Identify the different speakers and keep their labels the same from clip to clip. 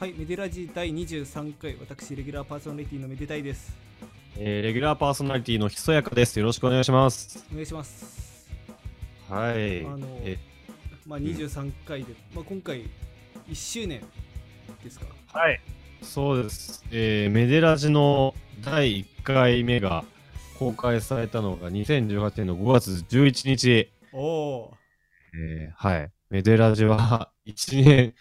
Speaker 1: デラジ第23回、私、レギュラーパーソナリティのめでたいです。
Speaker 2: えーレギュラーパーソナリティのひそやかです。よろしくお願いします。
Speaker 1: お願いします。
Speaker 2: はい。
Speaker 1: あの
Speaker 2: え
Speaker 1: まあ、23回で、まあ、今回、1周年ですか。
Speaker 2: はい。そうです。えーメデラジの第1回目が公開されたのが2018年の5月11日。
Speaker 1: おお
Speaker 2: えーはい。メデラジは1年、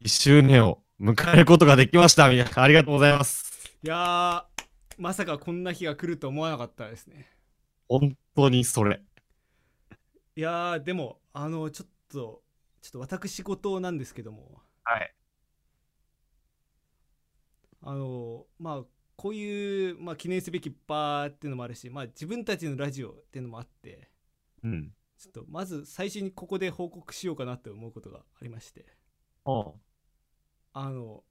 Speaker 2: 1周年を迎えることができました。皆さんありがとうございます。
Speaker 1: ー。いやー、まさかこんな日が来ると思わなかったですね。
Speaker 2: 本当にそれ。
Speaker 1: いやー、でも、あの、ちょっと、ちょっと私事なんですけども、
Speaker 2: はい。
Speaker 1: あの、まあ、こういう、まあ、記念すべきバーっていうのもあるし、まあ、自分たちのラジオっていうのもあって、
Speaker 2: うん。
Speaker 1: ちょっとまず最初にここで報告しようかなって思うことがありましてあの、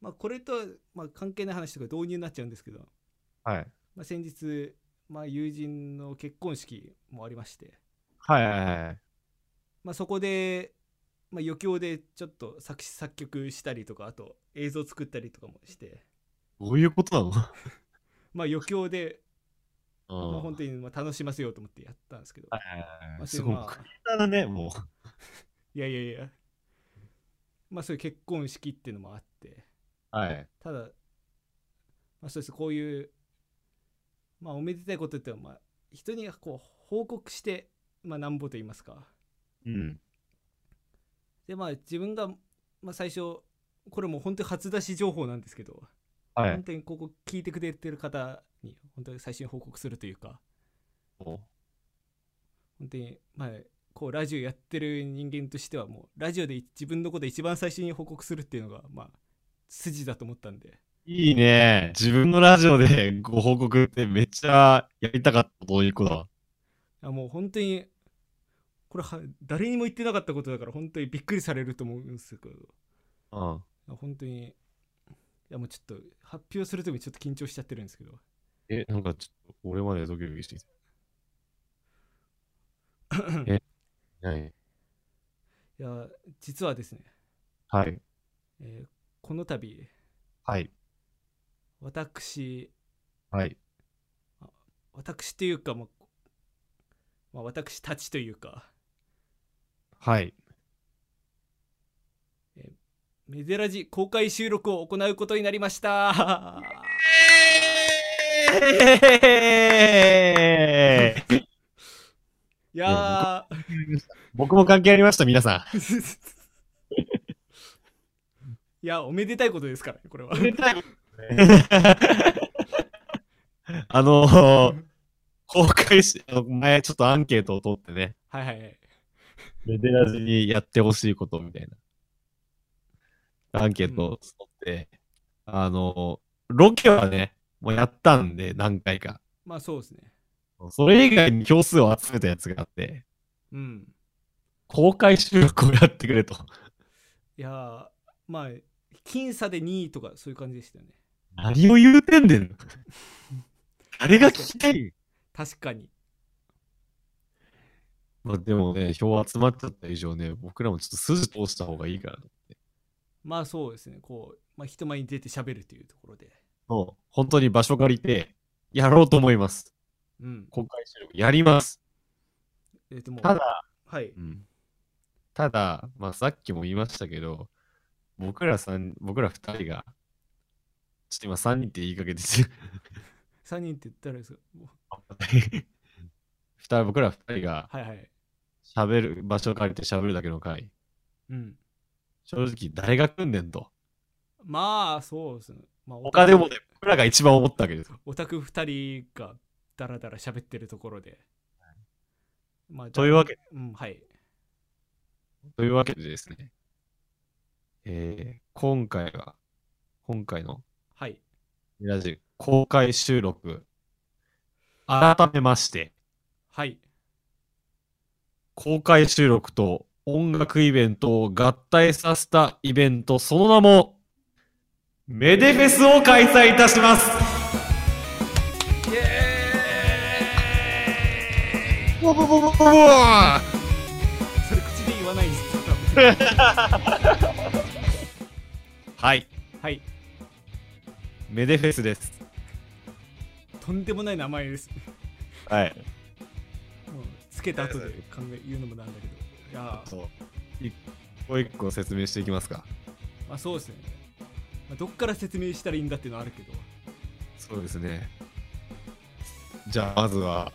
Speaker 1: まあ、これとは、まあ、関係ない話とか導入になっちゃうんですけど、
Speaker 2: はい。
Speaker 1: まあ、先日、まあ、友人の結婚式もありまして、
Speaker 2: はいはいはい。
Speaker 1: まあ、そこで、まあ、余興でちょっと作詞作曲したりとかあと映像作ったりとかもして、
Speaker 2: どういうことなの
Speaker 1: まあ、余興で、
Speaker 2: う
Speaker 1: まあ、本
Speaker 2: ん。
Speaker 1: 当にまあ楽しませようと思ってやったんですけど、まあ
Speaker 2: すごい。
Speaker 1: ま
Speaker 2: ク
Speaker 1: あ
Speaker 2: リエイターだね、もう。
Speaker 1: いやいやいやまあそういう結婚式っていうのもあって。
Speaker 2: はい。
Speaker 1: ただ、まあ、そうですこういう、まあ、おめでたいことっていうのは、まあ、人にこう報告して、まあ、なんぼと言いますか
Speaker 2: うん。
Speaker 1: でまあ自分が、まあ、最初これもう本当に初出し情報なんですけど、
Speaker 2: は
Speaker 1: 本。当にここ聞いてくれてる方に本当に最初に報告するというか本当にまあこうラジオやってる人間としてはもうラジオで自分のこと一番最初に報告するっていうのがまあ筋だと思ったんで
Speaker 2: いいね。自分のラジオでご報告ってめっちゃやりたかったということだわ。
Speaker 1: いやもう本当にこれは誰にも言ってなかったことだから本当にびっくりされると思うんですけどい
Speaker 2: うん。
Speaker 1: や本当にいやもうちょっと発表するときにちょっと緊張しちゃってるんですけど
Speaker 2: え、なんかちょっと俺までドキドキしてきた。 え、はい。
Speaker 1: いや実はですね、
Speaker 2: はい。
Speaker 1: えーこの度
Speaker 2: はい。
Speaker 1: 私
Speaker 2: はい。
Speaker 1: 私というか、まあまあ、私たちというか
Speaker 2: はい。
Speaker 1: メデラジ公開収録を行うことになりました いやー
Speaker 2: 僕も関係ありました、皆さ
Speaker 1: いやおめでたいことですからねこれは
Speaker 2: ん。 あのー、公開し、あの前ちょっとアンケートを取ってね、
Speaker 1: はいはいはい
Speaker 2: メデラジにやってほしいことみたいな。アンケートを取って、あの、ロケはね、もうやったんで、何回か。
Speaker 1: まあそうですね
Speaker 2: それ以外に票数を集めたやつがあって、
Speaker 1: うん
Speaker 2: 公開収録をやってくれと。
Speaker 1: いやーまあ僅差で2位とかそういう感じでしたよね
Speaker 2: 何を言うてんねん。あれが聞きたい。
Speaker 1: 確かに
Speaker 2: まあでもね、票集まっちゃった以上ね、僕らもちょっと筋通した方がいいから。
Speaker 1: まあそうですねこう、まあ、人前に出て喋るというところで
Speaker 2: もう、本当に場所借りて、やろうと思います。
Speaker 1: うん
Speaker 2: 公開収録やります。
Speaker 1: えっ、ともう
Speaker 2: ただ、
Speaker 1: はい
Speaker 2: ただ、まあ、さっきも言いましたけど、僕ら三僕ら二人が、ちょっと今三人って 言いかけですよ。
Speaker 1: 3人って誰ですかもう
Speaker 2: 二人僕ら二人が
Speaker 1: はいはい
Speaker 2: 喋る、場所を借りて喋るだけの回。
Speaker 1: うん
Speaker 2: 正直、誰が組んでんと。
Speaker 1: まあそうですね、まあ、
Speaker 2: 他でもね、僕らが一番思ったわけですよ。
Speaker 1: オタク2人がダラダラ喋ってるところで、まあ
Speaker 2: というわけ、
Speaker 1: うんはい
Speaker 2: というわけでですね。えー、今回は、今回の
Speaker 1: はい
Speaker 2: ラジオ公開収録、改めまして、
Speaker 1: はい
Speaker 2: 公開収録と音楽イベントを合体させたイベント、その名も、メデフェスを開催いたします
Speaker 1: イエ
Speaker 2: ボボボボボボー
Speaker 1: ーイそれ口で言わないんですよ多分
Speaker 2: はい。
Speaker 1: はい
Speaker 2: メデフェスです。
Speaker 1: とんでもない名前です
Speaker 2: はい。
Speaker 1: もうつけた後で考え言うのもなんだけどいやー、
Speaker 2: そう。一個一個説明していきますか。
Speaker 1: まあ、そうですね、まあ、どっから説明したらいいんだっていうのはあるけど
Speaker 2: そうですね。じゃあ、まずは、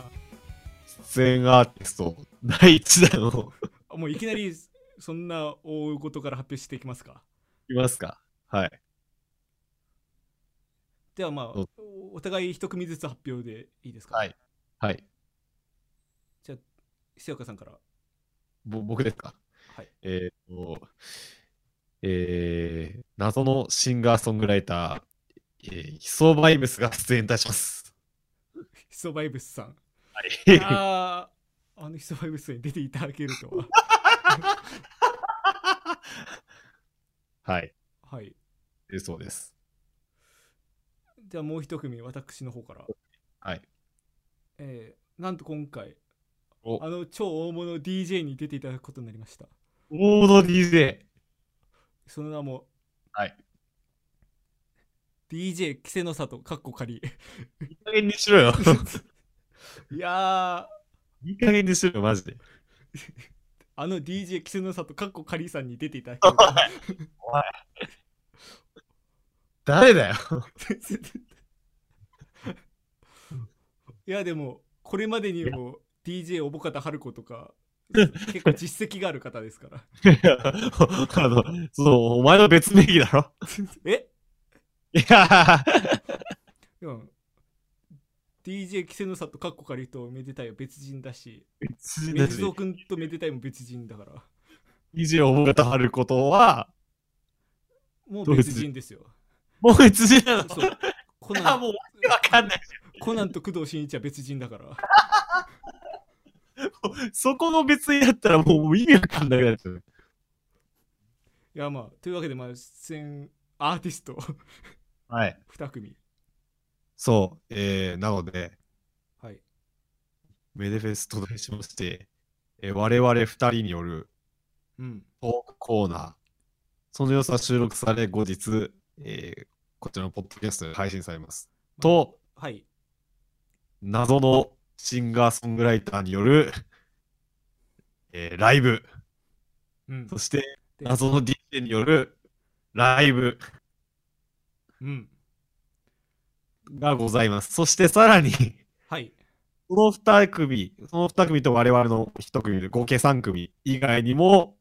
Speaker 2: 出演アーティスト第1弾を
Speaker 1: あもういきなりそんな大事から発表していきますか
Speaker 2: いきますか。はい。
Speaker 1: ではまあ
Speaker 2: どう
Speaker 1: おお互い一組ずつ発表でいいですか
Speaker 2: はいはい。
Speaker 1: じゃあ瀬岡さんから
Speaker 2: ぼ僕ですか。
Speaker 1: はい
Speaker 2: えーっと、えー、謎のシンガーソングライター、えー、ヒソバイブスが出演いたします。
Speaker 1: ヒソバイブスさん
Speaker 2: い
Speaker 1: あーあのヒソバイブスに出ていただけるとは
Speaker 2: はい。
Speaker 1: はい
Speaker 2: えーそうです。
Speaker 1: じゃあもう一組私の方から
Speaker 2: はい。
Speaker 1: えーなんと今回
Speaker 2: お
Speaker 1: あの超大物 DJ に出ていただくことになりました
Speaker 2: オード DJ。
Speaker 1: その名も
Speaker 2: はい
Speaker 1: DJ 稀勢の里かっこ 仮
Speaker 2: いい加減にし ろよ。
Speaker 1: いやー
Speaker 2: いい加減にしろよ、マジで。
Speaker 1: あの DJ 稀勢の里かっこ仮さんに出ていただけるとは
Speaker 2: 誰だよ。
Speaker 1: いやでもこれまでにも DJ おぼかたはること か結構実績がある方ですから
Speaker 2: あの、そう、お前の別名義だろ。
Speaker 1: え
Speaker 2: いや
Speaker 1: うん DJ 稀勢の里かっこかりとめでたいは別人だし
Speaker 2: 別名
Speaker 1: 水
Speaker 2: 義
Speaker 1: 蔵。君とめでたいも別人だから
Speaker 2: 以を覚えたはることは、
Speaker 1: もう別人 ですよ
Speaker 2: もう別人なの。
Speaker 1: そうコ
Speaker 2: あ、
Speaker 1: ナン
Speaker 2: もうわけわかんない。
Speaker 1: コナンと工藤新一は別人だから
Speaker 2: そこの別にだったらもう意味わかんなくなっちゃう。
Speaker 1: いやまあというわけでまあ出演アーティスト
Speaker 2: はい。
Speaker 1: 2組
Speaker 2: そう。えー、なので、
Speaker 1: はい
Speaker 2: メデフェスと題しまして、えー我々二人による
Speaker 1: うん
Speaker 2: トークコーナー、その様子は収録され、後日、えーこちらのポッドキャストで配信されます。と、
Speaker 1: はい
Speaker 2: 謎のシンガーソングライターによる、えーライブ、
Speaker 1: うん
Speaker 2: そして
Speaker 1: で
Speaker 2: 謎の DJ によるライブ
Speaker 1: うん
Speaker 2: がございます。そしてさらに、
Speaker 1: はい
Speaker 2: この2組、その2組と我々の1組で合計3組以外にも、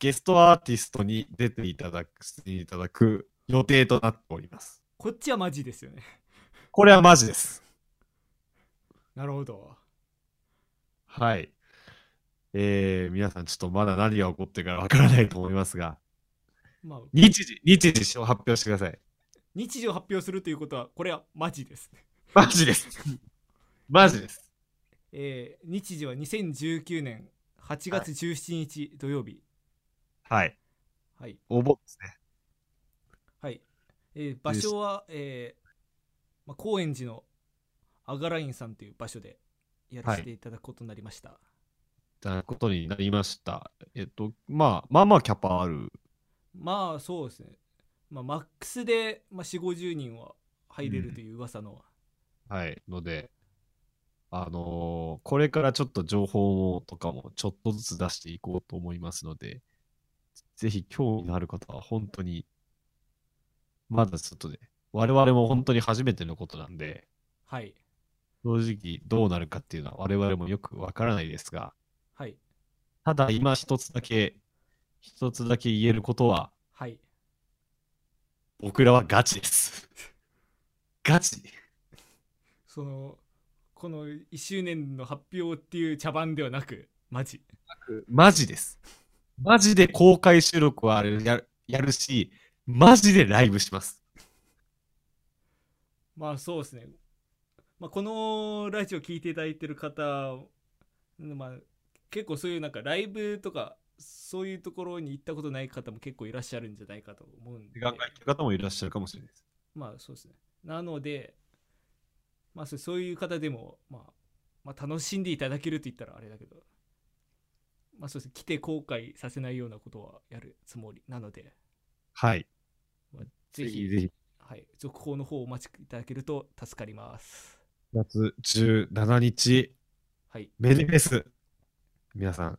Speaker 2: ゲストアーティストに出ていただく、出演いただく予定となっております。
Speaker 1: こっちはマジですよね
Speaker 2: これはマジです。
Speaker 1: なるほど
Speaker 2: はい。えー、皆さんちょっとまだ何が起こってるかわからないと思いますが、
Speaker 1: まあ
Speaker 2: 日時、日時を発表してください。
Speaker 1: 日時を発表するということはこれはマジです
Speaker 2: マジです。マジです。
Speaker 1: えー日時は2019年8月17日土曜日
Speaker 2: はい。
Speaker 1: はい
Speaker 2: 応募ですね。
Speaker 1: はい、えー場所は、えーまあ、高円寺のアガラインさんという場所でやらせていただくことになりました、
Speaker 2: ということになりました。えっと、まあ、まあまあキャパある。
Speaker 1: まあそうですね、まあ、マックスで、まあ、4 5 0人は入れるという噂の、
Speaker 2: はい。ので、あのーこれからちょっと情報もとかもちょっとずつ出していこうと思いますので、ぜひ興味のある方は本当に、まだちょっとね、我々も本当に初めてのことなんで、
Speaker 1: はい
Speaker 2: 正直どうなるかっていうのは我々もよくわからないですが、
Speaker 1: はい
Speaker 2: ただ今一つだけ、一つだけ言えることは、
Speaker 1: はい
Speaker 2: 僕らはガチです。 ガチ
Speaker 1: そのこの1周年の発表っていう茶番ではなくマジ
Speaker 2: マジです。マジで公開収録はあれやるやるし、マジでライブします。
Speaker 1: まあそうですね、まあ、このラジオ聞いていただいてる方、まあ、結構そういうなんかライブとかそういうところに行ったことない方も結構いらっしゃるんじゃないかと思うんで
Speaker 2: 考えてる方もいらっしゃるかもしれないです。
Speaker 1: まあそうですねなので、まあ、そうそういう方でも、まあ、まあ楽しんでいただけると言ったらあれだけど、まあ、そうですね来て後悔させないようなことはやるつもりなので
Speaker 2: はい。
Speaker 1: ぜひ
Speaker 2: ぜひ、
Speaker 1: はい、続報の方をお待ちいただけると助かります。
Speaker 2: 夏17日、
Speaker 1: はい、
Speaker 2: メディフェス。皆さん、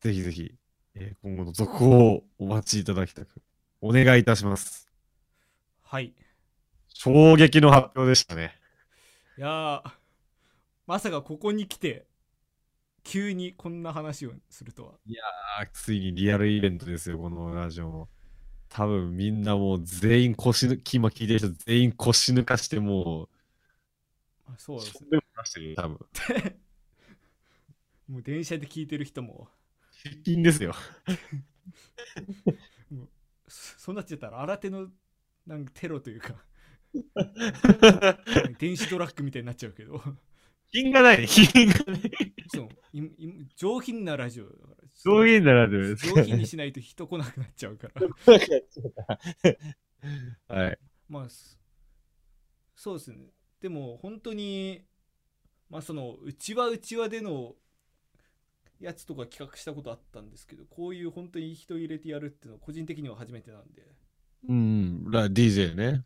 Speaker 2: ぜひぜひ、えー今後の続報をお待ちいただきたく、お願いいたします。
Speaker 1: はい、
Speaker 2: 衝撃の発表でしたね。
Speaker 1: いやーまさかここに来て急にこんな話をするとは
Speaker 2: あーついにリアルイベントですよ、このラジオも。多分みんなもう全員腰抜き、今聞いてる人全員腰抜かしても、
Speaker 1: あそううです
Speaker 2: でも出してるよ、多分。
Speaker 1: もう電車で聞いてる人も
Speaker 2: 出勤ですよ。
Speaker 1: そそうなっちゃったら新手のなんかテロという か電子ドラッグみたいになっちゃうけど
Speaker 2: 品がないね、品がない。
Speaker 1: そういい上品なラジオだから
Speaker 2: そういうならで
Speaker 1: 上
Speaker 2: すか
Speaker 1: 品にしないと人来なくなっちゃうから
Speaker 2: はい。
Speaker 1: まあすそうですねでも本当にまあそのうちわうちわでのやつとか企画したことあったんですけどこういう本当に人入れてやるっていうのは個人的には初めてなんで
Speaker 2: うん、ら DJ ね。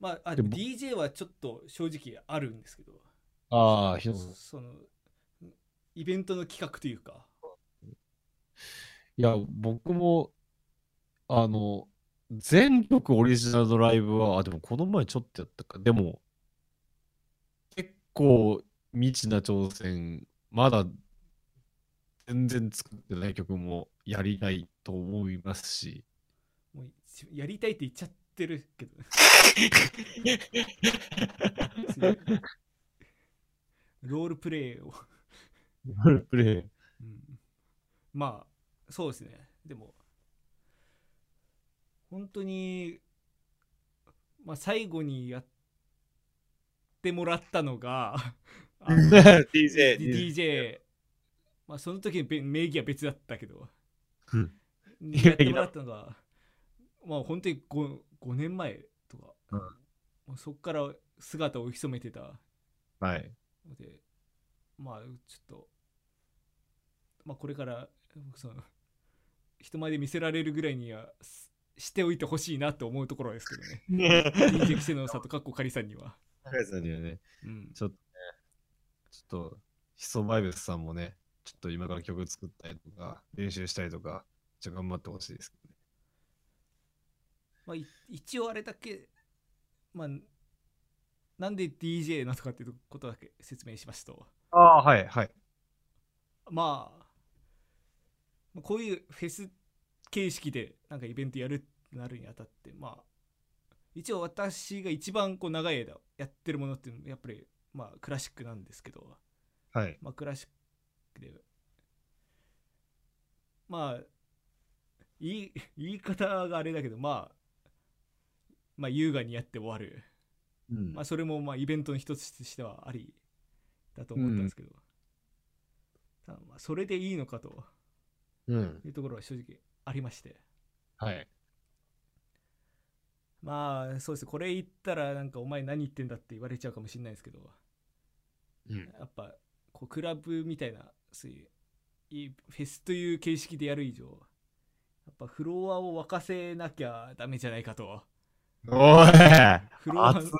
Speaker 1: まああで
Speaker 2: でも
Speaker 1: も DJ はちょっと正直あるんですけど
Speaker 2: ああ、ひろ
Speaker 1: そのイベントの企画というか
Speaker 2: いや、僕も、あの、全曲オリジナルのライブは、あ、でもこの前ちょっとやったか。でも、結構未知な挑戦、まだ全然作ってない曲もやりたいと思いますし。
Speaker 1: もう一やりたいって言っちゃってるけど ロールプレイを
Speaker 2: プレイ。
Speaker 1: うんまあそうですねでも本当にまあ最後にやってもらったのがあ の
Speaker 2: DJ
Speaker 1: DJ まあその時のべ名義は別だったけど
Speaker 2: うん
Speaker 1: やってもらったのがまあ本当に 5, 5年前とか、
Speaker 2: うん
Speaker 1: もうそこから姿を潜めてた
Speaker 2: はい。
Speaker 1: のでまあちょっとまあこれからその人前で見せられるぐらいにはすしておいてほしいなと思うところですけどね DJ キセノさんとカッコカリさんには、
Speaker 2: ね。
Speaker 1: うん、
Speaker 2: ちょっと、ヒソバイブスさんもね、ちょっと今から曲作ったりとか、練習したりとか、ちょっと頑張ってほしいですけどね。
Speaker 1: まあい一応あれだけまあなんで DJ なのかっていうことだけ説明しますと
Speaker 2: ああ、はい、はい。
Speaker 1: まあまあこういうフェス形式でなんかイベントやるってなるにあたってまあ一応私が一番こう長い間やってるものっていうのはやっぱりまあクラシックなんですけど
Speaker 2: はい。
Speaker 1: まあクラシックでまあ言い言い方があれだけどまあまあ優雅にやって終わる
Speaker 2: うん
Speaker 1: まあそれもまあイベントの一つとしてはありだと思ったんですけど、ただまあそれでいいのかと
Speaker 2: うん。
Speaker 1: いうところは正直ありまして
Speaker 2: はい。
Speaker 1: まあそうですこれ言ったらなんかお前何言ってんだって言われちゃうかもしれないですけど
Speaker 2: うん。
Speaker 1: やっぱこうクラブみたいなそういういいフェスという形式でやる以上やっぱフロアを沸かせなきゃダメじゃないかと
Speaker 2: おい
Speaker 1: フロア
Speaker 2: 熱いね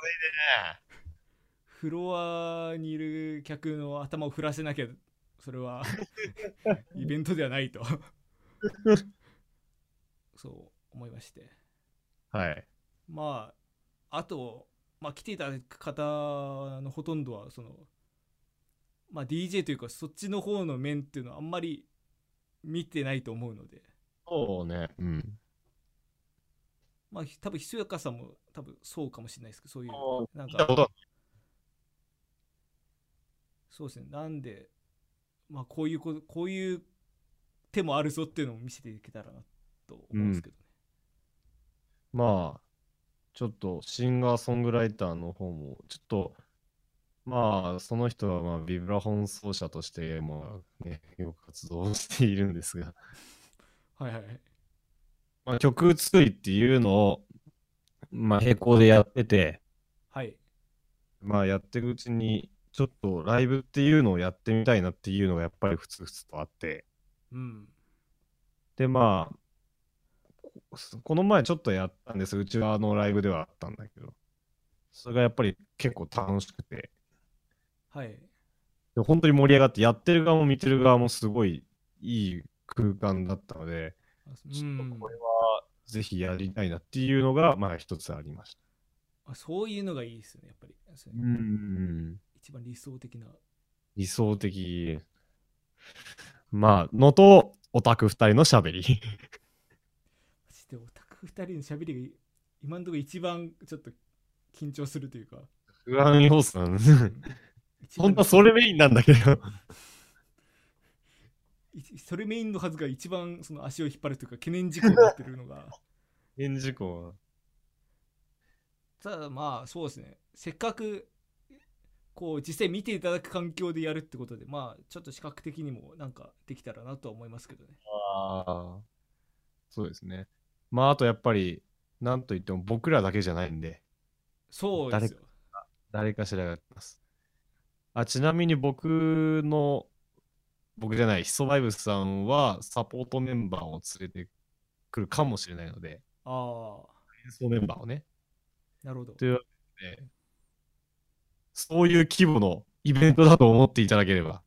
Speaker 1: フロアにいる客の頭を振らせなきゃそれはイベントではないとそう思いまして
Speaker 2: はい。
Speaker 1: まああと、まあ、来ていただく方のほとんどはその、まあ、DJ というかそっちの方の面っていうのはあんまり見てないと思うので
Speaker 2: そうね。うん。
Speaker 1: まあひ多分ひそやかさんも多分そうかもしれないですけどそういうなん
Speaker 2: 見た
Speaker 1: か
Speaker 2: ことは
Speaker 1: そうですねなんで、まあ、こういうここういう手もあるぞっていうのを見せていけたらなと思うんですけどね、
Speaker 2: まあ、ちょっとシンガーソングライターの方も、ちょっと、まあ、その人は、まあ、ビブラフォン奏者として、まあ、ね、よく活動しているんですが、
Speaker 1: はいはいはい
Speaker 2: まあ、曲作りっていうのを、まあ、並行でやってて、
Speaker 1: はい
Speaker 2: まあ、やっていくうちに、ちょっとライブっていうのをやってみたいなっていうのがやっぱりふつふつとあって、
Speaker 1: うん
Speaker 2: で、まあ、この前ちょっとやったんです。うちはあのライブではあったんだけど。それがやっぱり結構楽しくて。
Speaker 1: はい。
Speaker 2: で本当に盛り上がって、やってる側も見てる側もすごいいい空間だったので、
Speaker 1: あ
Speaker 2: ち
Speaker 1: う
Speaker 2: ょっ
Speaker 1: ん
Speaker 2: とこれはぜひやりたいなっていうのが、まあ一つありました。
Speaker 1: あそういうのがいいですね、やっぱり。それ
Speaker 2: ん。
Speaker 1: 一番理想的な。
Speaker 2: 理想的。まあ、のと、オタク二人のしゃべ り。
Speaker 1: そしてオタク2人の喋りが今のところ一番ちょっと緊張するという か。
Speaker 2: 不安要素なんです。
Speaker 1: 一番
Speaker 2: 本当はそれメインなんだけど。
Speaker 1: 一それメインのはずが一番その足を引っ張るというか懸念事項になってるのが。
Speaker 2: 返事項は。
Speaker 1: ただまあそうですねせっかくこう実際見ていただく環境でやるってことでまあちょっと視覚的にもなんかできたらなとは思いますけどね
Speaker 2: ああ。そうですね。まあ、あとやっぱり、なんといっても僕らだけじゃないんで、
Speaker 1: そうですよ
Speaker 2: 誰かしらがやってます。あ、ちなみに僕の、僕じゃない、ヒソバイブスさんはサポートメンバーを連れてくるかもしれないので、
Speaker 1: ああ
Speaker 2: 演奏メンバーをね。
Speaker 1: なるほど
Speaker 2: というわけで、そういう規模のイベントだと思っていただければ、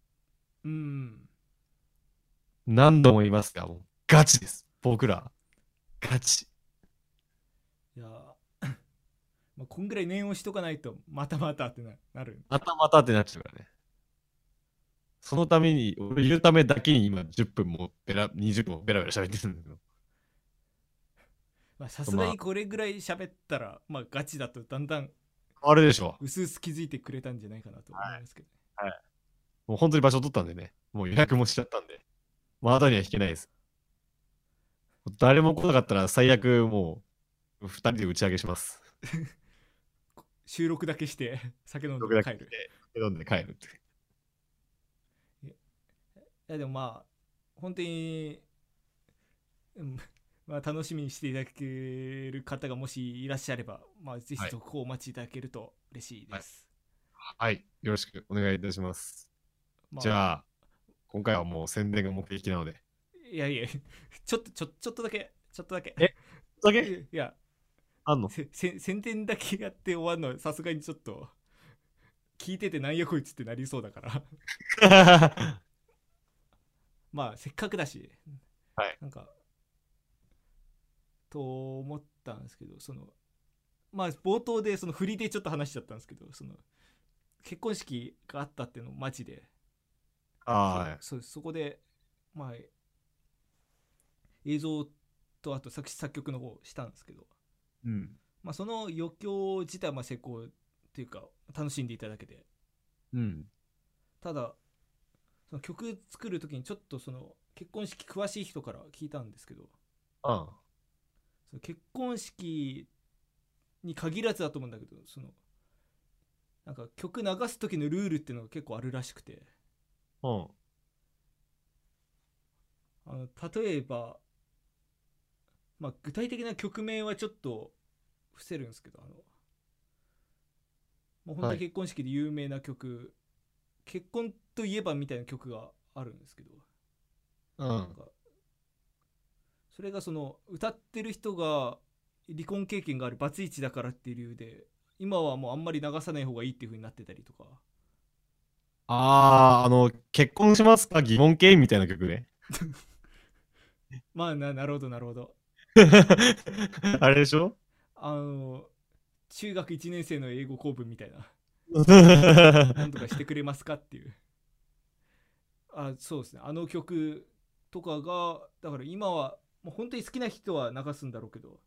Speaker 1: うん
Speaker 2: 何度も言いますが、もうガチです。僕ら、ガチ。
Speaker 1: いやー まあこんぐらい念をしとかないとまたまたってななる
Speaker 2: またまたってなっちゃうからね。そのために、俺いるためだけに今10分もベラ、20分もベラベラ喋ってるんだけど。
Speaker 1: まあさすがにこれぐらい喋ったらまあガチだとだんだん
Speaker 2: あれでしょ。
Speaker 1: 薄々気づいてくれたんじゃないかなと思いますけど、
Speaker 2: もう本当に場所取ったんでね。もう予約もしちゃったんで。まあ後には引けないです。誰も来なかったら最悪もう、2人で打ち上げします。
Speaker 1: 収録だけして 酒飲んで
Speaker 2: 僕だ
Speaker 1: 帰
Speaker 2: け
Speaker 1: る
Speaker 2: 飲んで帰るって。
Speaker 1: いやでもまあ本当に、うんまあ、楽しみにしていただける方がもしいらっしゃれば、まあ、ぜ
Speaker 2: は
Speaker 1: ひ
Speaker 2: い
Speaker 1: 続報をお待ちいただけると嬉しいです。
Speaker 2: はい。よろしくお願いいたします。
Speaker 1: まあ、
Speaker 2: じゃあ、今回はもう宣伝が目的なので。
Speaker 1: いやいや、ちょっとちょちょっとだけ、ちょっとだけ。
Speaker 2: えだ
Speaker 1: いやいや
Speaker 2: あんの
Speaker 1: せせ、宣伝だけやって終わるのはさすがにちょっと、聞いててなんやこいつってなりそうだから、まあせっかくだし、
Speaker 2: はい
Speaker 1: なんか、と思ったんですけど、その、まあ冒頭でその振りでちょっと話しちゃったんですけど、その、結婚式があったっていうのマジで、
Speaker 2: ああ、
Speaker 1: そうそうそこで、まあ、映像とあと作詞作曲の方をしたんですけど、
Speaker 2: うん。
Speaker 1: まあ、その余興自体はまあ成功っていうか楽しんでいただけて
Speaker 2: うん。
Speaker 1: ただその曲作る時にちょっとその結婚式詳しい人から聞いたんですけど
Speaker 2: あ
Speaker 1: その結婚式に限らずだと思うんだけどそのなんか曲流す時のルールっていうのが結構あるらしくて
Speaker 2: あ。うん。
Speaker 1: あの例えば、まあ、具体的な曲名はちょっと伏せるんですけどあのもう本当
Speaker 2: は
Speaker 1: に
Speaker 2: い
Speaker 1: 結婚式で有名な曲、結婚といえばみたいな曲があるんですけど、
Speaker 2: う
Speaker 1: なんかそれがその歌ってる人が離婚経験があるバツイチだからっていう理由で今はもうあんまり流さない方がいいっていう風になってたりとか
Speaker 2: ああ、あの、結婚しますか疑問系みたいな曲 ね。
Speaker 1: まあななるほどなるほど
Speaker 2: あれでし ょ
Speaker 1: あの中学1年生の英語公文みたいな。なんとかしてくれますかっていう。あそうですねあの曲とかがだから今はもう本当に好きな人は流すんだろうけど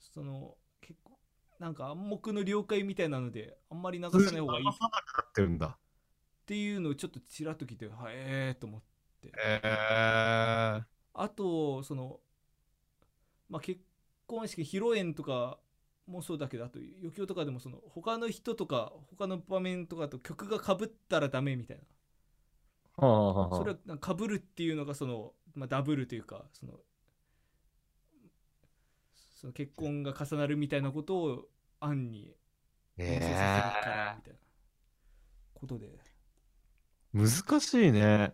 Speaker 1: その結構なんか暗黙の了解みたいなのであんまり流さない方がいいっ
Speaker 2: さなくなってるんだ。
Speaker 1: ていうのをちょっとちらっと聞いてはえーと思って
Speaker 2: ええー。
Speaker 1: あとその、まあ、結婚式披露宴とかもそうだけどあと余興とかでもその他の人とか他の場面とかと曲がかぶったらダメみたいな
Speaker 2: はあはあはあ
Speaker 1: それはかぶるっていうのがその、まあ、ダブルというかそのその結婚が重なるみたいなことを案に
Speaker 2: え
Speaker 1: 想させるからみたいなことで、
Speaker 2: 難しいね。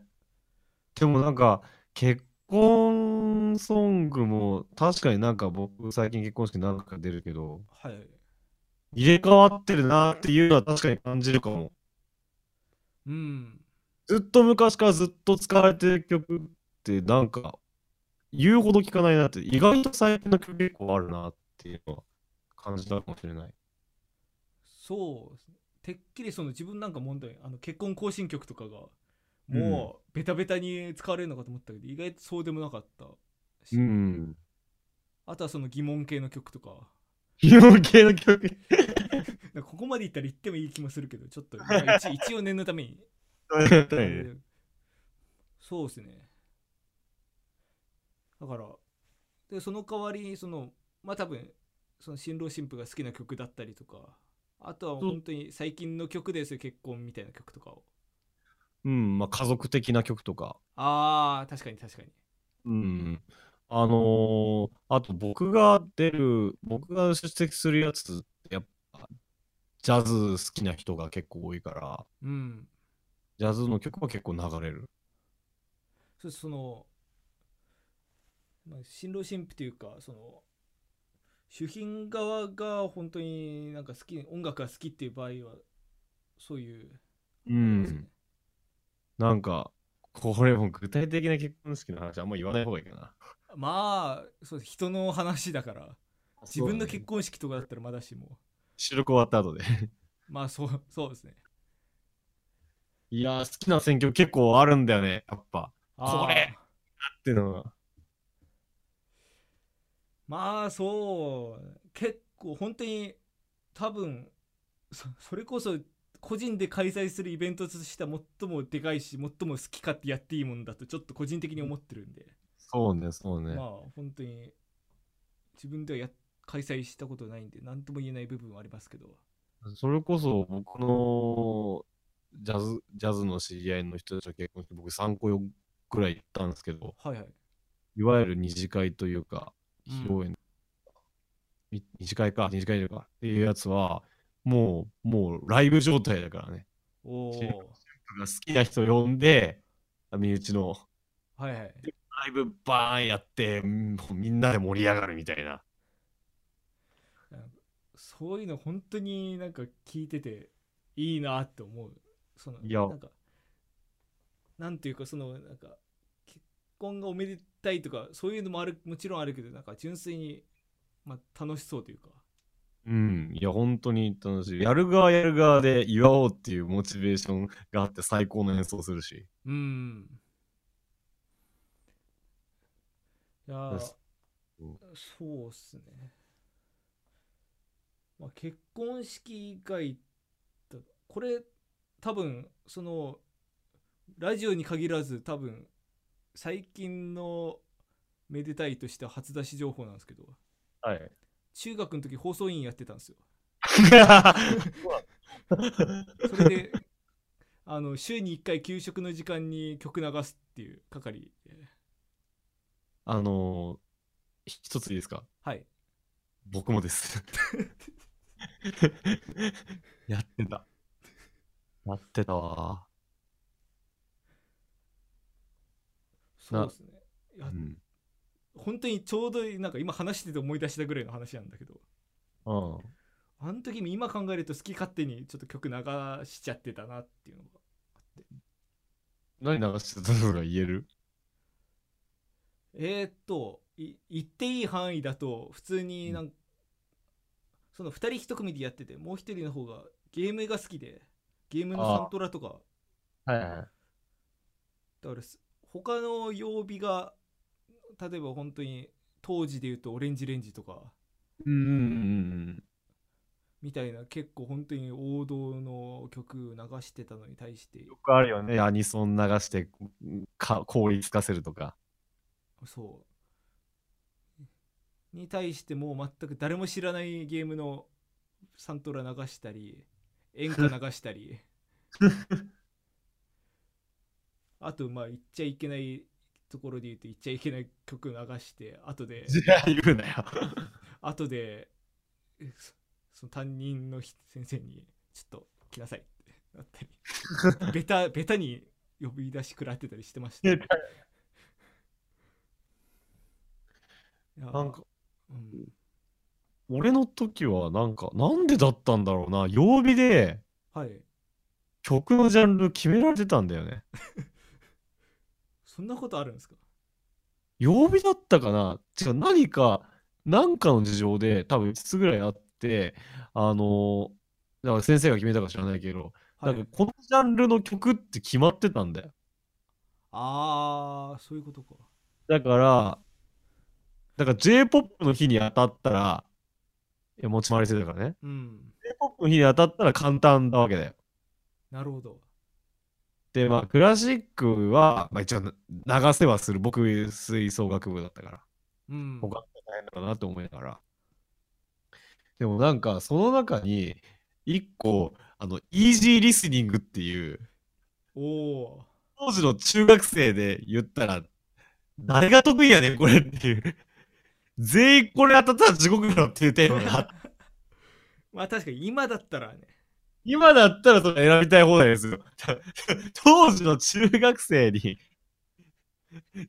Speaker 2: でもなんか、結婚婚ソングも、確かになんか僕、最近結婚式何回か出るけど、
Speaker 1: はい
Speaker 2: 入れ替わってるなっていうのは確かに感じるかも。
Speaker 1: うん
Speaker 2: ずっと昔からずっと使われてる曲って、なんか、言うほど聞かないなって、意外と最近の曲結構あるなっていうのは感じたかもしれない。
Speaker 1: そうですねてっきりその自分なんか問題あの結婚行進曲とかが
Speaker 2: うん
Speaker 1: もうベタベタに使われるのかと思ったけど、意外とそうでもなかったし、
Speaker 2: うん。
Speaker 1: あとはその疑問系の曲と か
Speaker 2: ヒモ系の曲。
Speaker 1: なんかここまでいったら言ってもいい気もするけどちょっとまあ 一一応念のためにそうですねだからでその代わりにそのまあ多分その新郎新婦が好きな曲だったりとかあとは本当に最近の曲ですよ結婚みたいな曲とかを
Speaker 2: うん、まあ家族的な曲とか。
Speaker 1: あー確かに確かに
Speaker 2: うん。あのーあと僕が出る、僕が出席するやつって、やっぱ、ジャズ好きな人が結構多いから、
Speaker 1: うん
Speaker 2: ジャズの曲は結構流れる。
Speaker 1: そその、まあ、新郎新婦というかその主賓側が本当になんか好き音楽が好きっていう場合はそういう、
Speaker 2: う
Speaker 1: そうですね。
Speaker 2: なんか、これも具体的な結婚式の話あんま言わない方がいいかな。
Speaker 1: まあそう人の話だから自分の結婚式とかだったらまだしも
Speaker 2: 収録終わった後で。
Speaker 1: まあそうそうですね
Speaker 2: いやー、好きな選挙結構あるんだよね、やっぱ。
Speaker 1: あー
Speaker 2: これっていうのは。
Speaker 1: まあそう結構本当に多分そそれこそ個人で開催するイベントとしては最もでかいし最も好き勝手やっていいもんだとちょっと個人的に思ってるんで、
Speaker 2: そうね、そうね。
Speaker 1: まあ本当に自分ではや開催したことないんで何とも言えない部分はありますけど
Speaker 2: それこそ僕のジャズ、ジャズの知り合いの人たちの結婚式、僕3個ぐらい行ったんですけど、
Speaker 1: はいはい
Speaker 2: いわゆる二次会というか、
Speaker 1: うん
Speaker 2: 披露宴、み二次会か、二次会というかっていうやつは、もう、もうライブ状態だからね。
Speaker 1: お
Speaker 2: 知り合い
Speaker 1: お
Speaker 2: 好きな人呼んで、身内の
Speaker 1: はいはい
Speaker 2: ライブバーンやって、うんもうみんなで盛り上がるみたいな。
Speaker 1: そういうの本当になんか聞いてていいなって思うその
Speaker 2: いや
Speaker 1: なんかなんていうかそのなんか結婚がおめでたいとかそういうのもあるもちろんあるけどなんか純粋に、まあ、楽しそうというか
Speaker 2: うん、いや、本当に楽しい。やる側やる側で祝おうっていうモチベーションがあって最高の演奏するし。
Speaker 1: うんいやー
Speaker 2: ですうん
Speaker 1: そうっすね、まあ、結婚式以外だこれ多分そのラジオに限らず多分最近のめでたいとしては初出し情報なんですけど
Speaker 2: はい。
Speaker 1: 中学の時放送委員やってたんで すよ
Speaker 2: は
Speaker 1: それであの週に1回給食の時間に曲流すっていう係で
Speaker 2: あのー一ついいですか
Speaker 1: はい
Speaker 2: 僕もです。 やってた。やってたわ。
Speaker 1: そうですねいや
Speaker 2: うん。
Speaker 1: 本当にちょうどいいなんか今話してて思い出したぐらいの話なんだけど
Speaker 2: うん。
Speaker 1: あの時も今考えると好き勝手にちょっと曲流しちゃってたなっていうのが
Speaker 2: 何流してたのか言える
Speaker 1: えー、っとい言っていい範囲だと普通になんその2人1組でやっててもう1人の方がゲームが好きでゲームのサントラとか
Speaker 2: はいはい。
Speaker 1: だからす他の曜日が例えば本当に当時で言うとオレンジレンジとか
Speaker 2: うんうんうん
Speaker 1: みたいな結構本当に王道の曲流してたのに対して
Speaker 2: よくあるよね。アニソン流して、か効率化せるとか。
Speaker 1: そう。に対してもう全く誰も知らないゲームのサントラ流したり、演歌流したり。あと、まあ、言っちゃいけないところで言うと、言っちゃいけない曲流して、後で、
Speaker 2: ゃあ言うなよ。
Speaker 1: 後で、えそその担任のひ先生に、ちょっと来なさいってなった り、ベタ、ベタに呼び出し食らってたりしてました。いや
Speaker 2: なんか、
Speaker 1: うん
Speaker 2: 俺の時はなんか、なんでだったんだろうな、曜日で
Speaker 1: はい
Speaker 2: 曲のジャンル決められてたんだよね。
Speaker 1: そんなことあるんですか
Speaker 2: 曜日だったかな違う、何か、何かの事情で多分5つぐらいあって、あのーだから先生が決めたか知らないけど、
Speaker 1: はい
Speaker 2: なんかこのジャンルの曲って決まってたんだよ。
Speaker 1: ああそういうことか
Speaker 2: だから、だから J-POP の日に当たったら、いや持ち回り性だからね。
Speaker 1: うん
Speaker 2: J-POP の日に当たったら簡単なわけだよ。
Speaker 1: なるほど
Speaker 2: で、まあ、クラシックは、まあ、一応な流せはする。僕、吹奏楽部だったから、
Speaker 1: うん
Speaker 2: 他の人大変だろうなって思いながら。でもなんか、その中に、一個、あの、イージーリスニングっていう、
Speaker 1: おお
Speaker 2: 当時の中学生で言ったら、誰が得意やねん、これっていう。全員これ当たったら地獄だろっていうテーマがあって、
Speaker 1: まあ確かに今だったらね
Speaker 2: 今だったらそれ選びたい放題ですよ。当時の中学生に、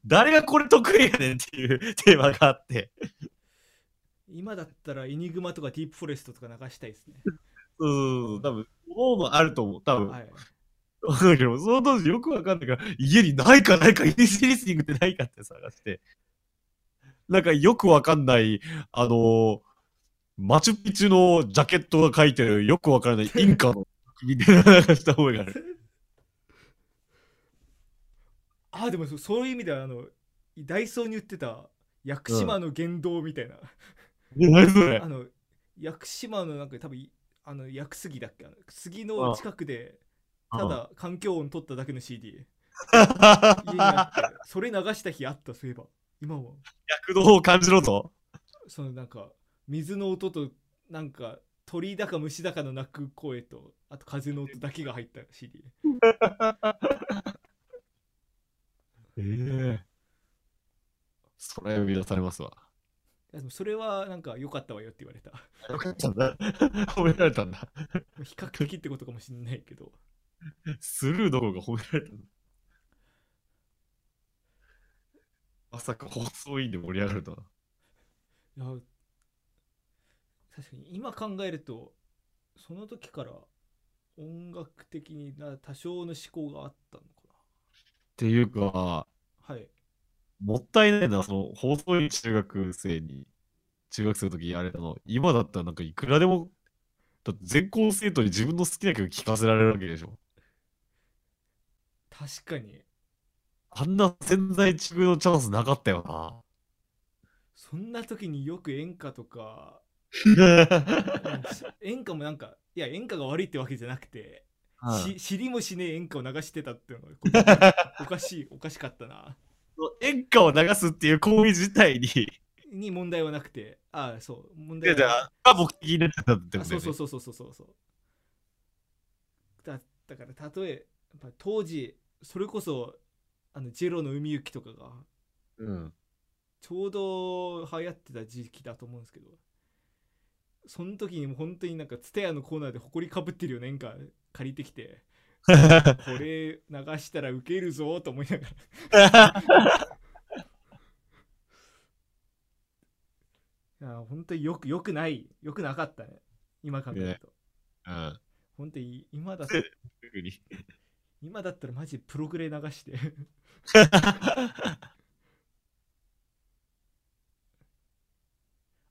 Speaker 2: 誰がこれ得意やねんっていうテーマがあって、
Speaker 1: 今だったらエニグマとかディープフォレストとか流したいですね
Speaker 2: そうそうそう、多分、思うもあると思う。多分、
Speaker 1: はい
Speaker 2: わかんないけど、その当時よくわかんないから、家にないかないか、イージーリスニングってないかって探して、なんかよくわかんない、あのーマチュピチュのジャケットが書いてる、よくわからないインカの、みたいななんかした覚えがある。
Speaker 1: ああでもそそういう意味ではあのダイソーに売ってた屋久島の言動みたいな、
Speaker 2: え何それ
Speaker 1: あの屋久島のなんか多分いあの屋久杉だっけあの杉の近くでただ環境音取っただけの CD 家にあ ってそれ流した日あったそういえば今も
Speaker 2: 躍動を感じろと。
Speaker 1: そのなんか水の音となんか鳥だか虫だかの鳴く声とあと風の音だけが入った CD
Speaker 2: ええそれは生み出されますわ。
Speaker 1: いやでもそれはなんか良かったわよって言われた
Speaker 2: よかったんだ。褒められたんだ。
Speaker 1: 比較的ってことかもしんないけど
Speaker 2: スルーどころが褒められたんだ。まさか放送委員で盛り上がるとは。
Speaker 1: いや確かに今考えるとその時から音楽的にな多少の思考があったのか
Speaker 2: っていうか、
Speaker 1: なはい
Speaker 2: もったいないな、その放送委員中学生に、中学生の時やれたの、今だったらなんかいくらでも、だって全校生徒に自分の好きな曲聴かせられるわけでしょ。
Speaker 1: 確かに
Speaker 2: あんな潜在地遇のチャンスなかったよな。
Speaker 1: そんな時によく演歌とかうんし演歌もなんかいや演歌が悪いってわけじゃなくて、
Speaker 2: は
Speaker 1: し
Speaker 2: い
Speaker 1: 知りもしねえ演歌を流してたっていうのがおかしいおかしかったな
Speaker 2: 演歌を流すっていう行為自体に、
Speaker 1: に問題はなくてああそう問
Speaker 2: い
Speaker 1: 題
Speaker 2: やじゃ
Speaker 1: は
Speaker 2: あ、が目的になってたって
Speaker 1: あ
Speaker 2: こと
Speaker 1: そう
Speaker 2: だ
Speaker 1: そうそ
Speaker 2: よね。
Speaker 1: うそうそうそうそうだだからたとえやっぱ当時それこそあのジェロの海行きとかが
Speaker 2: うん。
Speaker 1: ちょうど流行ってた時期だと思うんですけどその時にもう本当になんかツタヤのコーナーで埃かぶってるよねんか借りてきてこれ流したらウケるぞと思いながらい や本当によくよくないよくなかったね今考えると、
Speaker 2: うん。
Speaker 1: 本当に今だった
Speaker 2: 特に
Speaker 1: 今だったらマジでプログレ流して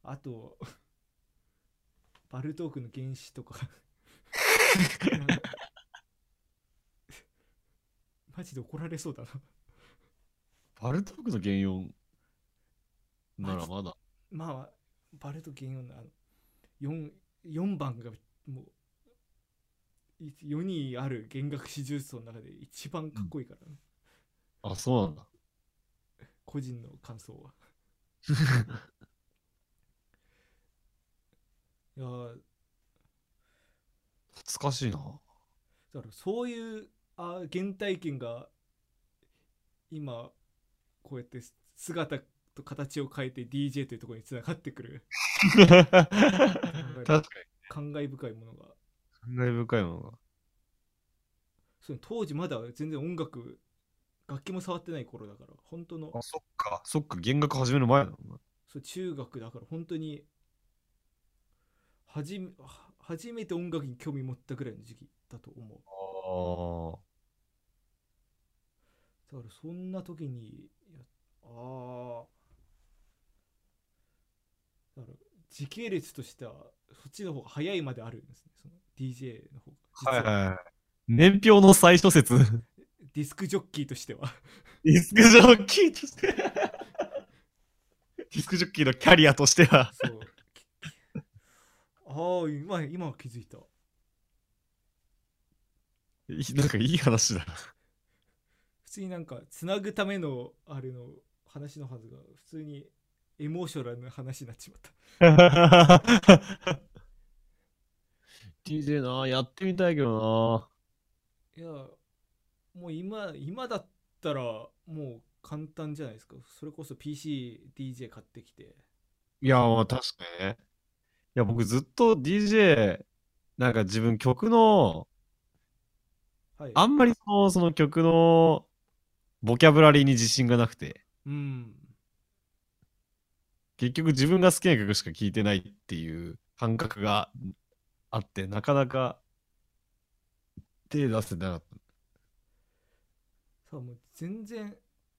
Speaker 1: あとバルトークの原始とかなんかマジで怒られそうだな
Speaker 2: バルトークの原音ならまだ。
Speaker 1: まあバルト原音のあの 4, 4番がもうい世にある弦楽四重奏の中で一番かっこいいから、
Speaker 2: あ、そうなんだ。
Speaker 1: 個人の感想はいやー
Speaker 2: 懐かしいな。
Speaker 1: だからそういうあー原体験が今こうやって姿と形を変えて DJ というところにつながってくる
Speaker 2: 確かに。感
Speaker 1: 感慨深いものが
Speaker 2: 慨深いものが。
Speaker 1: そう当時まだ全然音楽楽器も触ってない頃だから本当の
Speaker 2: そっか。そっか、弦楽始める前だもんな。
Speaker 1: そう中学だから本当にはじめは初めて音楽に興味持ったぐらいの時期だと思う
Speaker 2: あ
Speaker 1: だからそんな時にやああだから時系列としてはそっちの方が早いまであるんですねその DJ の方が実は、
Speaker 2: はいはい。年表の最初説。
Speaker 1: ディスクジョッキーとして は
Speaker 2: ディスクジョッキーとして。ディスクジョッキーのキャリアとしては。
Speaker 1: そうああ今今は気づいた
Speaker 2: いいなんかいい話 だな。
Speaker 1: 普通になんかつなぐためのあれの話のはずが普通にエモーショナルな話になっちまった
Speaker 2: DJ なやってみたいけど
Speaker 1: いやもう今今だったらもう簡単じゃないですかそれこそ PCDJ 買ってきて
Speaker 2: ないや、まあ確かにね。いや、僕ずっと DJ、なんか自分曲の、
Speaker 1: はい
Speaker 2: あんまりそのその曲のボキャブラリーに自信がなくて、
Speaker 1: うん
Speaker 2: 結局自分が好きな曲しか聴いてないっていう感覚があって、なかなか手出せてなかった。
Speaker 1: さあもう全然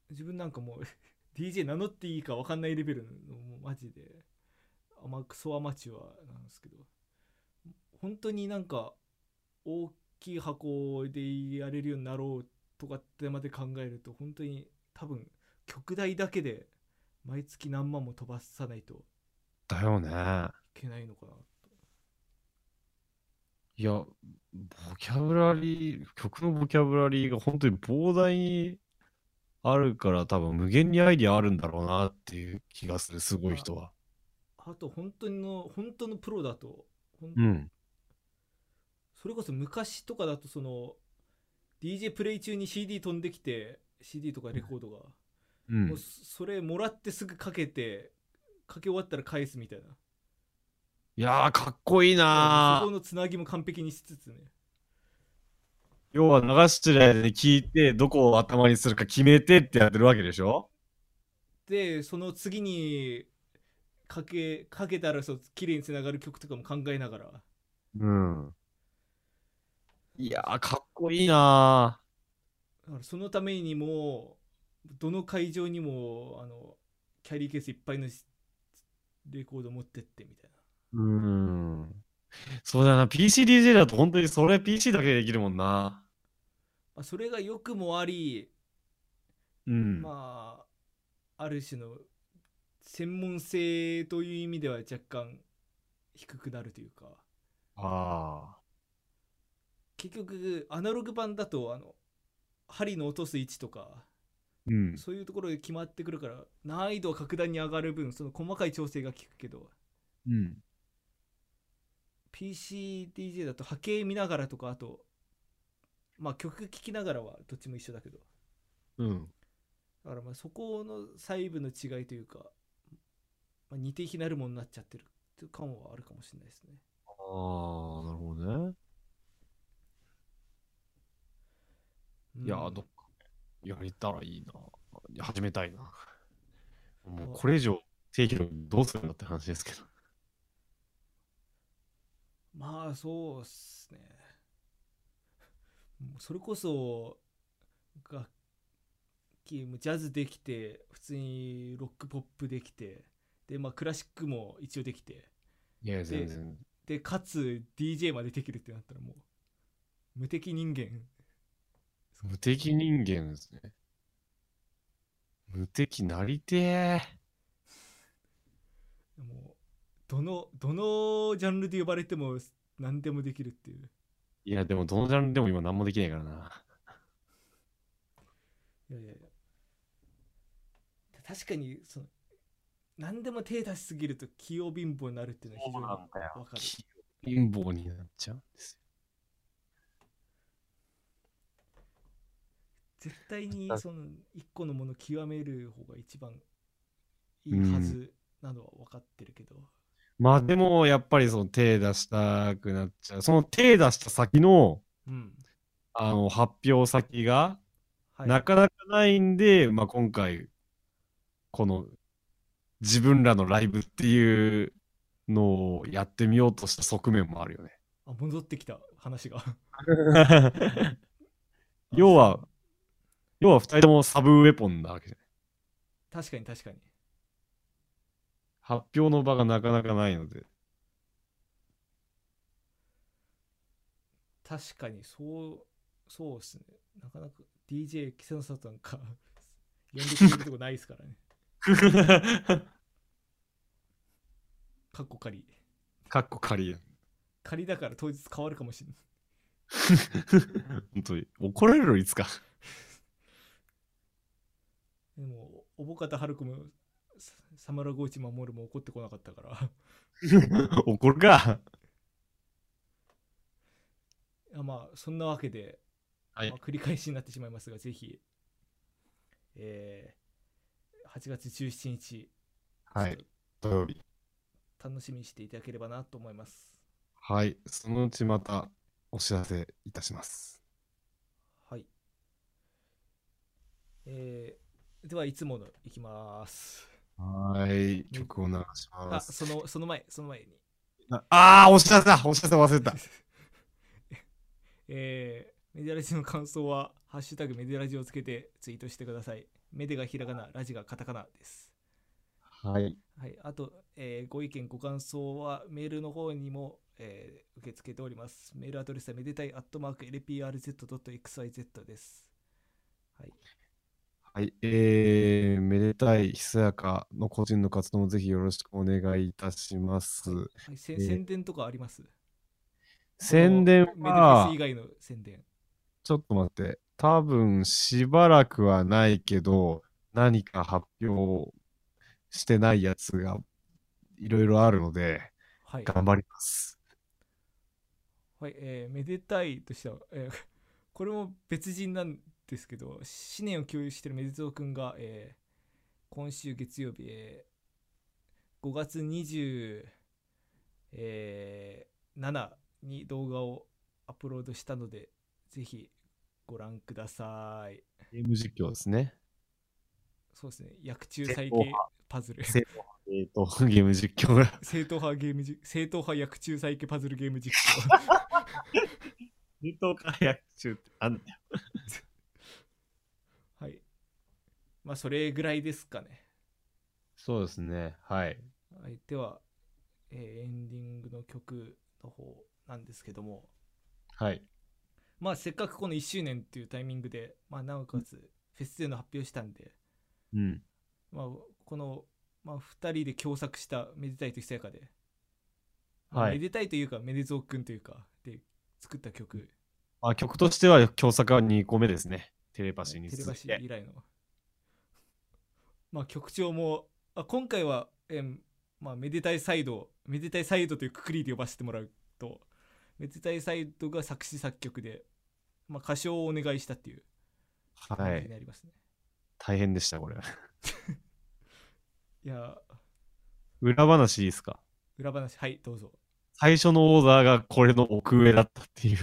Speaker 1: 自分なんかもう DJ 名乗っていいか分かんないレベルのもうマジであまクソアマチュアなんですけど本当になんか大きい箱でやれるようになろうとかってまで考えると本当に多分曲代だけで毎月何万も飛ばさないとい
Speaker 2: だよね。
Speaker 1: けないのかない
Speaker 2: や、ボキャブラリー、曲のボキャブラリーが本当に膨大にあるから、多分無限にアイディアあるんだろうなっていう気がする、すごい人は。
Speaker 1: あと本当の本当のプロだと本
Speaker 2: うん。
Speaker 1: それこそ昔とかだとその DJ プレイ中に CD 飛んできて CD とかレコードが、
Speaker 2: う
Speaker 1: も
Speaker 2: ん
Speaker 1: う。そそれもらってすぐかけてかけ終わったら返すみたいない
Speaker 2: やー、かっこいいな
Speaker 1: そこ
Speaker 2: ー。
Speaker 1: のつなぎも完璧にしつつね
Speaker 2: 要は流してる間に聞いて、どこを頭にするか決めてってやってるわけでしょ
Speaker 1: でその次にかけかけたらそう綺麗につながる曲とかも考えながら
Speaker 2: うん。いやー、かっこいいな
Speaker 1: だからそのためにもどの会場にもあのキャリーケースいっぱいのレコード持ってってみたいな
Speaker 2: ー。うん。そうだな、PCDJ だと本当にそれ PC だけでできるもんな。
Speaker 1: まあそれが良くもあり
Speaker 2: うん。
Speaker 1: まあある種の専門性という意味では若干低くなるというか
Speaker 2: あ
Speaker 1: 結局アナログ版だとあの針の落とす位置とか
Speaker 2: ー。うん。
Speaker 1: そういうところで決まってくるから難易度は格段に上がる分その細かい調整が効くけど
Speaker 2: うん。
Speaker 1: PCDJ だと波形見ながらとかあとまあ曲聴きながらはどっちも一緒だけど
Speaker 2: うん。
Speaker 1: だからまあそこの細部の違いというか、まあ、似て非なるものになっちゃってるっていう感はあるかもしれないですね。
Speaker 2: ああ、なるほどね。
Speaker 1: うん
Speaker 2: いやー、どっかやりたらいいな。いや始めたい な。もう
Speaker 1: あ
Speaker 2: これ以上定期のどうするのって話ですけど。
Speaker 1: まあそうっすね。もうそれこそ楽器もジャズできて普通にロックポップできてでまあクラシックも一応できて
Speaker 2: いや、
Speaker 1: 全
Speaker 2: 然。
Speaker 1: でかつ DJ までできるってなったらもう無敵人間
Speaker 2: 無敵人間ですね。無敵なりてえ。
Speaker 1: もうどのどのジャンルで呼ばれても何でもできるっていう
Speaker 2: いや、でもどのジャンルでも今何もできないからな。
Speaker 1: いやいやいや確かにその何でも手出しすぎると器用貧乏になるっていうのは非常にわ
Speaker 2: だ
Speaker 1: かる
Speaker 2: 貧乏になっちゃうんです
Speaker 1: 絶対にその一個のもの極める方が一番いい
Speaker 2: うん
Speaker 1: はずなのは分かってるけど、
Speaker 2: まあでも、やっぱりその手出したくなっちゃう。その手出した先の、
Speaker 1: うん
Speaker 2: あの、発表先が、
Speaker 1: はい、
Speaker 2: なかなかないんで、まあ、今回、この自分らのライブっていうのをやってみようとした側面もある よね。
Speaker 1: あ戻ってきた話が
Speaker 2: 要は、要は2人ともサブウェポンなわけじゃな い。
Speaker 1: 確かに確かに
Speaker 2: 発表の場がなかなかないの で。
Speaker 1: 確かにそうそうですねなかなか DJ 稀勢の里なんか 呼んでくれるとこないですからね かっこ仮
Speaker 2: かっこ仮や。
Speaker 1: 仮だから当日変わるかもしれない
Speaker 2: 本当に。怒られるよい つか。
Speaker 1: でもおぼかたはるくもさサムラゴーチ守るも怒ってこなかったから
Speaker 2: 怒るか。
Speaker 1: いやまあそんなわけで
Speaker 2: はい
Speaker 1: まあ、繰り返しになってしまいますが、ぜひ、えー8月17日、
Speaker 2: はい。土曜日。
Speaker 1: 楽しみにしていただければなと思います。
Speaker 2: はい。そのうちまたお知らせいたします。
Speaker 1: はい。えーでは、いつものいきます。
Speaker 2: はい。曲を流し
Speaker 1: あ、
Speaker 2: ます。
Speaker 1: その、その前、その前に。
Speaker 2: ああー、お知らせだお知らせ忘れてた。
Speaker 1: えーメディアラジの感想は、ハッシュタグメディアラジをつけてツイートしてください。メデがひらがな、ラジがカタカナです。
Speaker 2: はい。
Speaker 1: はい、あと、えーご意見、ご感想はメールの方にも、えー受け付けております。メールアドレスはめでたい、アットマーク、lprz.xyz です。はい、
Speaker 2: はい、えー、めでたい、ひそやかの個人の活動もぜひよろしくお願いいたします。
Speaker 1: はいせ
Speaker 2: えー
Speaker 1: 宣伝とかあります
Speaker 2: 宣伝
Speaker 1: このメディフェ
Speaker 2: は
Speaker 1: ス以、外の宣伝。
Speaker 2: ちょっと待って、多分しばらくはないけど、何か発表してないやつがいろいろあるので、
Speaker 1: はい、
Speaker 2: 頑張ります。
Speaker 1: はいえーめでたいとしては、えー これも別人なんですけど、思念を共有しているめでとうくんが、えー今週月曜日、えー5月27、えー7に動画をアップロードしたので、ぜひご覧ください。
Speaker 2: ゲーム実況ですね。
Speaker 1: そうですね、薬中再
Speaker 2: 正統
Speaker 1: 建
Speaker 2: 派
Speaker 1: パズル。
Speaker 2: 正えっ、と、 ゲーム実況が。
Speaker 1: 正統派ゲームじ、正統派薬中再建パズルゲーム実況。
Speaker 2: ネトカヤ中ってあんね
Speaker 1: はい。まあ、それぐらいですかね。
Speaker 2: そうですね。はい。
Speaker 1: はい、では、えーエンディングの曲の方なんですけども、
Speaker 2: はい。
Speaker 1: まあ、せっかくこの1周年っていうタイミングで、まあ、なおかつフェスでの発表したんで、
Speaker 2: うん。
Speaker 1: まあ、この、まあ、2人で共作した「めでたいとひそやかで」まあ
Speaker 2: はい
Speaker 1: めでたいというかめでぞうくんというかで作った曲
Speaker 2: まあ、曲としては、共作は2個目ですね。テレパシーに
Speaker 1: テレ
Speaker 2: 続
Speaker 1: パ
Speaker 2: い
Speaker 1: シ
Speaker 2: て
Speaker 1: ー以来の、まあ、曲調もあ今回は、えーまあ、めでたいサイドめでたいサイドというくくりで呼ばせてもらうとめでたいサイドが作詞作曲で、まあ、歌唱をお願いしたっていう
Speaker 2: は
Speaker 1: 感じ
Speaker 2: い
Speaker 1: に。なりますね、
Speaker 2: 大変でした、これ。
Speaker 1: い、やー
Speaker 2: 裏話いいですか
Speaker 1: 裏話はいどうぞ
Speaker 2: 最初のオーダーがこれの奥上だったっていう。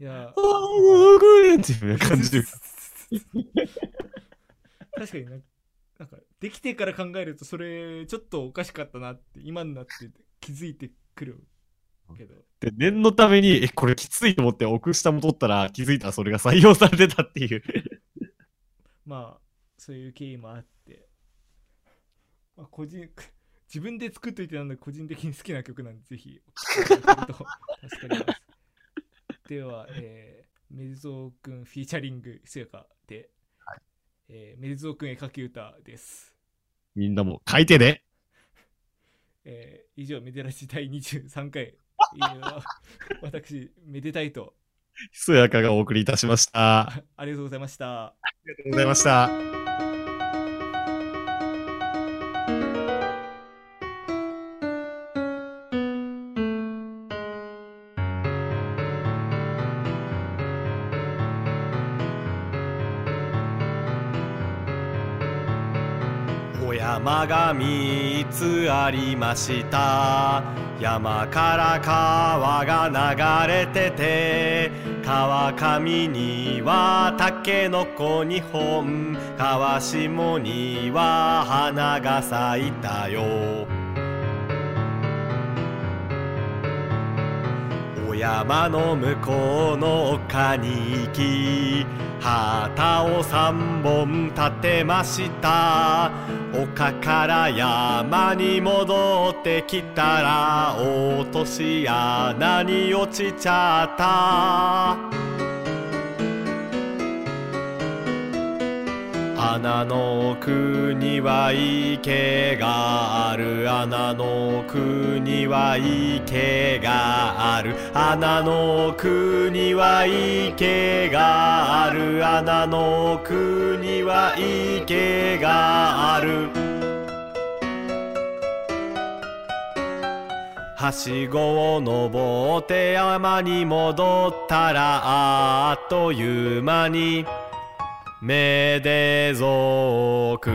Speaker 1: いやー
Speaker 2: ああ、奥上っていう感じで。
Speaker 1: 確かにななんかできてから考えるとそれちょっとおかしかったなって今になって気づいてくるけど
Speaker 2: で、念のために、え、これきついと思って奥下も取ったら気づいたらそれが採用されてたっていう。
Speaker 1: まあそういう経緯もあって、まあ、個人 自分で作っといてなんで個人的に好きな曲なんでぜひお聴きいただけると助かりますでは、えー、メルゾーくんフィーチャリングひそやかで、えーメルゾーくん絵描き歌です
Speaker 2: みんなも書いてね。
Speaker 1: えー以上、めでらし第23回。えー私、めでたいと、
Speaker 2: ひそやかがお送りいたしました。あ
Speaker 1: あありがとうございました。
Speaker 2: りがとうございました。
Speaker 3: お山が三つありました山から川が流れてて
Speaker 2: 川上には竹の子2本川下には花が咲いたよお山の向こうの丘に行き旗を三本立てました丘から山に戻ってきたら落とし穴に落ちちゃった穴の奥には池がある穴の奥には池がある穴の奥には池がある穴の奥には池があるはしごを登って山に戻ったらあっという間にめでぞく